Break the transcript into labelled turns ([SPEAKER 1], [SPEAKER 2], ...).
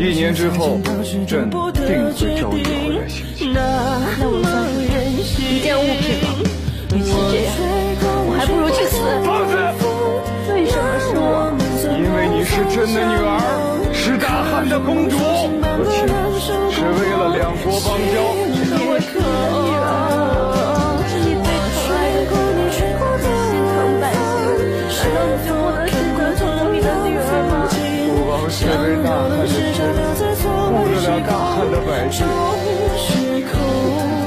[SPEAKER 1] 一年之后，朕定会召你回来行刑。
[SPEAKER 2] 那我算是一件物品吗？与其这样，我还不如去死。
[SPEAKER 1] 放肆！
[SPEAKER 2] 为什么是我？
[SPEAKER 1] 因为你是朕的女儿，是大汉的公主。和亲是为了两国邦交。
[SPEAKER 2] 可我可恶啊！是你最宠爱的姑娘，心疼百姓。难道你就不能是个聪明的女儿吗？
[SPEAKER 1] 孤王身为大汉的君，顾得了大汉的百姓。
[SPEAKER 3] 时空。